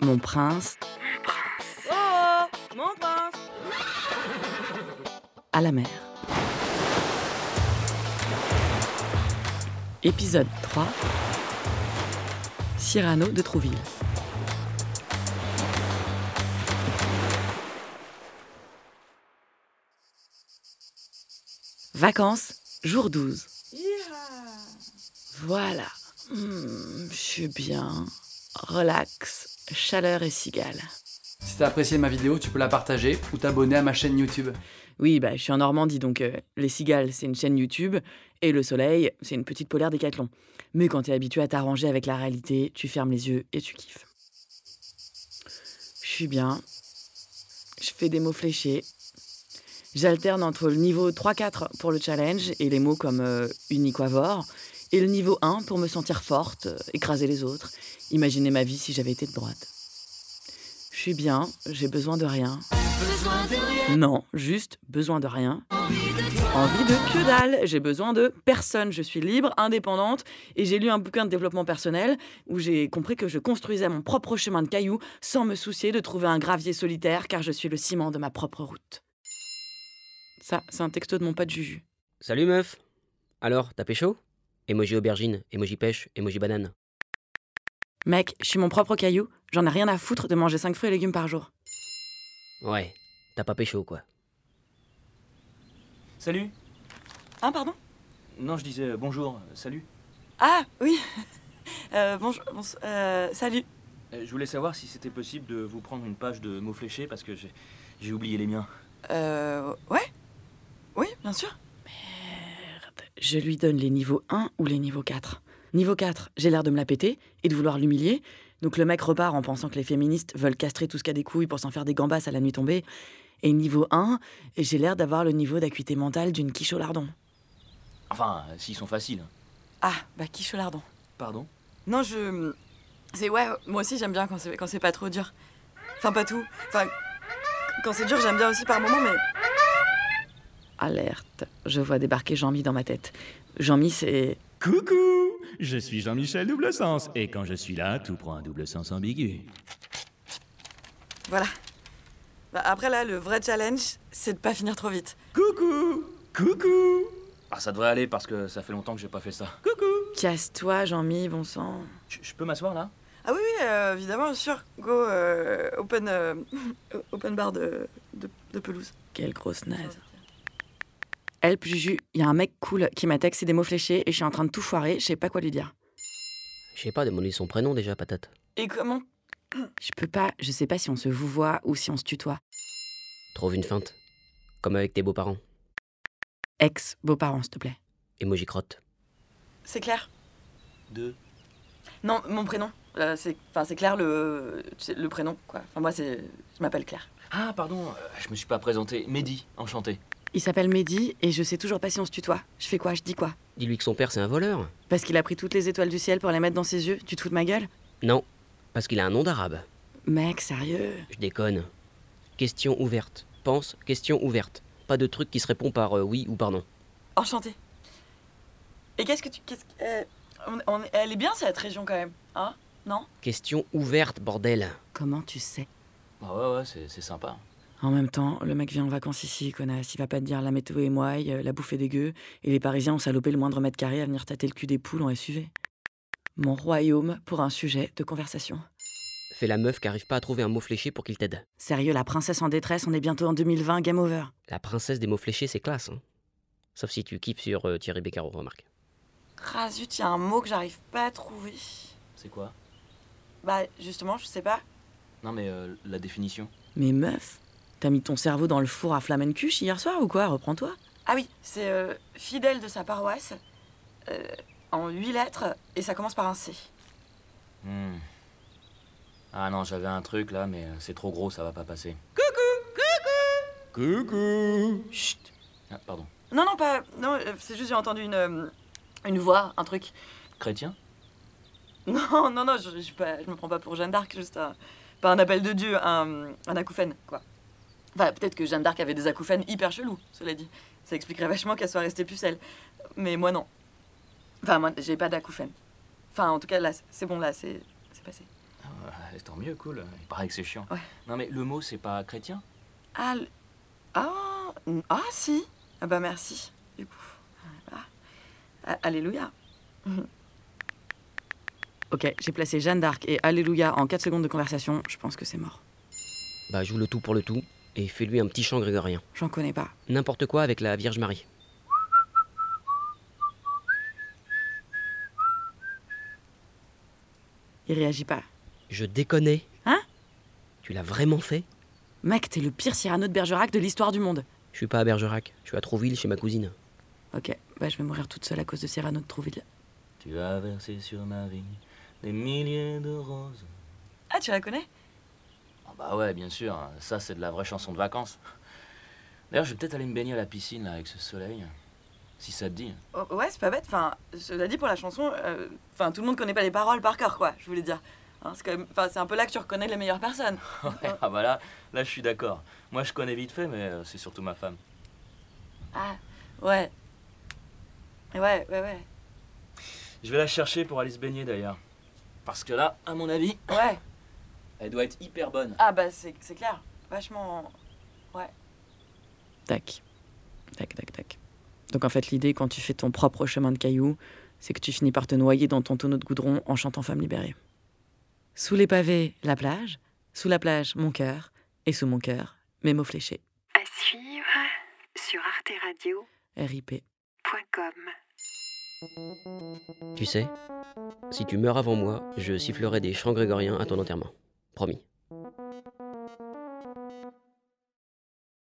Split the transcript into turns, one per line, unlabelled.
Mon prince.
Oh, oh, mon prince.
À la mer. Épisode 3. Cyrano de Trouville. Vacances, jour 12.
Ah
Voilà. Hmm, je suis bien. Relax, chaleur et cigale.
Si t'as apprécié ma vidéo, tu peux la partager ou t'abonner à ma chaîne YouTube.
Oui, bah, je suis en Normandie, donc euh, les cigales, c'est une chaîne YouTube, et le soleil, c'est une petite polaire décathlon. Mais quand t'es habitué à t'arranger avec la réalité, tu fermes les yeux et tu kiffes. Je suis bien. Je fais des mots fléchés. J'alterne entre le niveau 3-4 pour le challenge et les mots comme euh, uniquavore, et le niveau 1 pour me sentir forte, euh, écraser les autres, imaginer ma vie si j'avais été de droite. Je suis bien, j'ai besoin de rien. Non, juste besoin de rien. Envie de que dalle, j'ai besoin de personne. Je suis libre, indépendante, et j'ai lu un bouquin de développement personnel où j'ai compris que je construisais mon propre chemin de cailloux sans me soucier de trouver un gravier solitaire car je suis le ciment de ma propre route. Ça, c'est un texto de mon pote Juju.
Salut meuf Alors, t'as pécho Emoji aubergine, emoji pêche, emoji banane.
Mec, je suis mon propre caillou, j'en ai rien à foutre de manger 5 fruits et légumes par jour.
Ouais, t'as pas pécho quoi.
Salut
Ah, pardon
Non, je disais euh, bonjour, euh, salut.
Ah, oui. Euh, bonjour. bonso- euh, salut.
Euh, je voulais savoir si c'était possible de vous prendre une page de mots fléchés parce que j'ai j'ai oublié les miens.
Euh, ouais. Oui, bien sûr.
Je lui donne les niveaux 1 ou les niveaux 4. Niveau 4, j'ai l'air de me la péter et de vouloir l'humilier. Donc le mec repart en pensant que les féministes veulent castrer tout ce qu'a des couilles pour s'en faire des gambasses à la nuit tombée. Et niveau 1, j'ai l'air d'avoir le niveau d'acuité mentale d'une quiche au lardon.
Enfin, euh, s'ils sont faciles.
Ah, bah, qui lardon.
Pardon
Non, je. C'est ouais, moi aussi j'aime bien quand c'est quand c'est pas trop dur. Enfin, pas tout. Enfin, quand c'est dur, j'aime bien aussi par moments, mais.
Alerte, je vois débarquer Jean-Mi dans ma tête. Jean-Mi, c'est...
Coucou Je suis Jean-Michel Double Sens, et quand je suis là, tout prend un double sens ambigu.
Voilà. Bah, après, là, le vrai challenge, c'est de pas finir trop vite.
Coucou Coucou
Ah, ça devrait aller parce que ça fait longtemps que j'ai pas fait ça.
Casse-toi, Jean-Mi, bon sang.
Je je peux m'asseoir là
Ah oui, oui, euh, évidemment, sûr. Go, euh, open, euh, open bar de, de, de pelouse.
Quelle grosse
Ah,
naze. Help, Juju, il y a un mec cool qui m'a texté des mots fléchés et je suis en train de tout foirer, je sais pas quoi lui dire.
Je sais pas, demandez son prénom déjà, patate.
Et comment
Je peux pas, je sais pas si on se vous voit ou si on se tutoie.
Trouve une feinte. Comme avec tes beaux-parents.
Ex, beaux-parents, s'il te plaît.
Emoji crotte.
C'est clair
Deux.
Non, mon prénom. Euh, c'est, enfin, c'est Claire le, c'est le prénom, quoi. Enfin, moi, c'est, je m'appelle Claire.
Ah, pardon, euh, je me suis pas présenté. Mehdi, enchanté.
Il s'appelle Mehdi et je sais toujours pas si on se tutoie. Je fais quoi Je dis quoi
Dis-lui que son père c'est un voleur.
Parce qu'il a pris toutes les étoiles du ciel pour les mettre dans ses yeux Tu te fous de ma gueule
Non, parce qu'il a un nom d'arabe.
Mec, sérieux
Je déconne. Question ouverte. Pense, question ouverte. Pas de truc qui se répond par euh, oui ou par non.
Enchantée. Et qu'est-ce que tu. Qu'est-ce, que- euh, on, on- elle est bien, cette région, quand même. Hein Non
Question ouverte, bordel.
Comment tu sais
Ah ouais, ouais, c'est c'est sympa.
En même temps, le mec vient en vacances ici, connasse. Il va pas te dire la météo est moille, euh, la bouffe est dégueu, et les Parisiens ont salopé le moindre mètre carré à venir tâter le cul des poules en SUV. Mon royaume pour un sujet de conversation.
Fais la meuf qui arrive pas à trouver un mot fléché pour qu'il t'aide.
Sérieux, la princesse en détresse, on est bientôt en 2020, game over.
La princesse des mots fléchés, c'est classe. hein. Sauf si tu kiffes sur euh, Thierry Beccaro, remarque.
Ah, zut, il y a un mot que j'arrive pas à trouver.
C'est quoi
Bah, justement, je sais pas.
Non, mais euh, la définition.
Mais meuf, t'as mis ton cerveau dans le four à flamencuche hier soir ou quoi Reprends-toi.
Ah oui, c'est euh, fidèle de sa paroisse, euh, en huit lettres, et ça commence par un C.
Hmm. Ah non, j'avais un truc là, mais euh, c'est trop gros, ça va pas passer.
Coucou
Chut
Ah, pardon.
Non, non, pas. Non, euh, c'est juste, j'ai entendu une, euh, une voix, un truc.
Chrétien
Non, non, non, je, je, suis pas- je me prends pas pour Jeanne d'Arc, juste un, pas un appel de Dieu, un, un acouphène, quoi. Enfin, peut-être que Jeanne d'Arc avait des acouphènes hyper chelous, cela dit. Ça expliquerait vachement qu'elle soit restée pucelle. Mais moi, non. Enfin, moi, j'ai pas d'acouphène. Enfin, en tout cas, là, c'est bon, là, c'est c'est passé.
Ah euh, tant mieux, cool. Il paraît que c'est chiant.
Ouais.
Non, mais le mot, c'est pas chrétien
Ah, le- ah, n- ah si. Ah bah merci, du coup. Voilà. Ah, Alléluia.
Ok, j'ai placé Jeanne d'Arc et Alléluia en 4 secondes de conversation, je pense que c'est mort.
Bah joue le tout pour le tout et fais-lui un petit chant grégorien.
J'en connais pas.
N'importe quoi avec la Vierge Marie.
Il réagit pas.
Je déconnais.
Hein
Tu l'as vraiment fait
Mec, t'es le pire Cyrano de Bergerac de l'histoire du monde.
Je suis pas à Bergerac, je suis à Trouville chez ma cousine.
Ok, bah je vais mourir toute seule à cause de Cyrano de Trouville.
Tu as versé sur ma vie des milliers de roses.
Ah, tu la connais
Ah bah ouais, bien sûr. Ça, c'est de la vraie chanson de vacances. D'ailleurs, je vais peut-être aller me baigner à la piscine, là, avec ce soleil. Si ça te dit.
Oh, Ouais, c'est pas bête. Enfin, cela dit, pour la chanson, euh, enfin, tout le monde connaît pas les paroles par cœur, quoi, je voulais dire. Hein, c'est quand même- enfin, c'est un peu là que tu reconnais les meilleures personnes.
Ouais, ah bah là, là, je suis d'accord. Moi, je connais vite fait, mais euh, c'est surtout ma femme.
Ah, ouais. Ouais, ouais, ouais.
Je vais la chercher pour aller se baigner, d'ailleurs. Parce que là, à mon avis,
Ouais.
elle doit être hyper bonne.
Ah, bah, c'est c'est clair. Vachement.
Tac. Tac, tac, tac. Donc en fait, l'idée, quand tu fais ton propre chemin de cailloux, c'est que tu finis par te noyer dans ton tonneau de goudron en chantant Femme libérée. Sous les pavés, la plage. Sous la plage, mon cœur. Et sous mon cœur, mes mots fléchés.
À suivre sur arteradio.com.
RIP.
Tu sais, si tu meurs avant moi, je sifflerai des chants grégoriens à ton enterrement. Promis.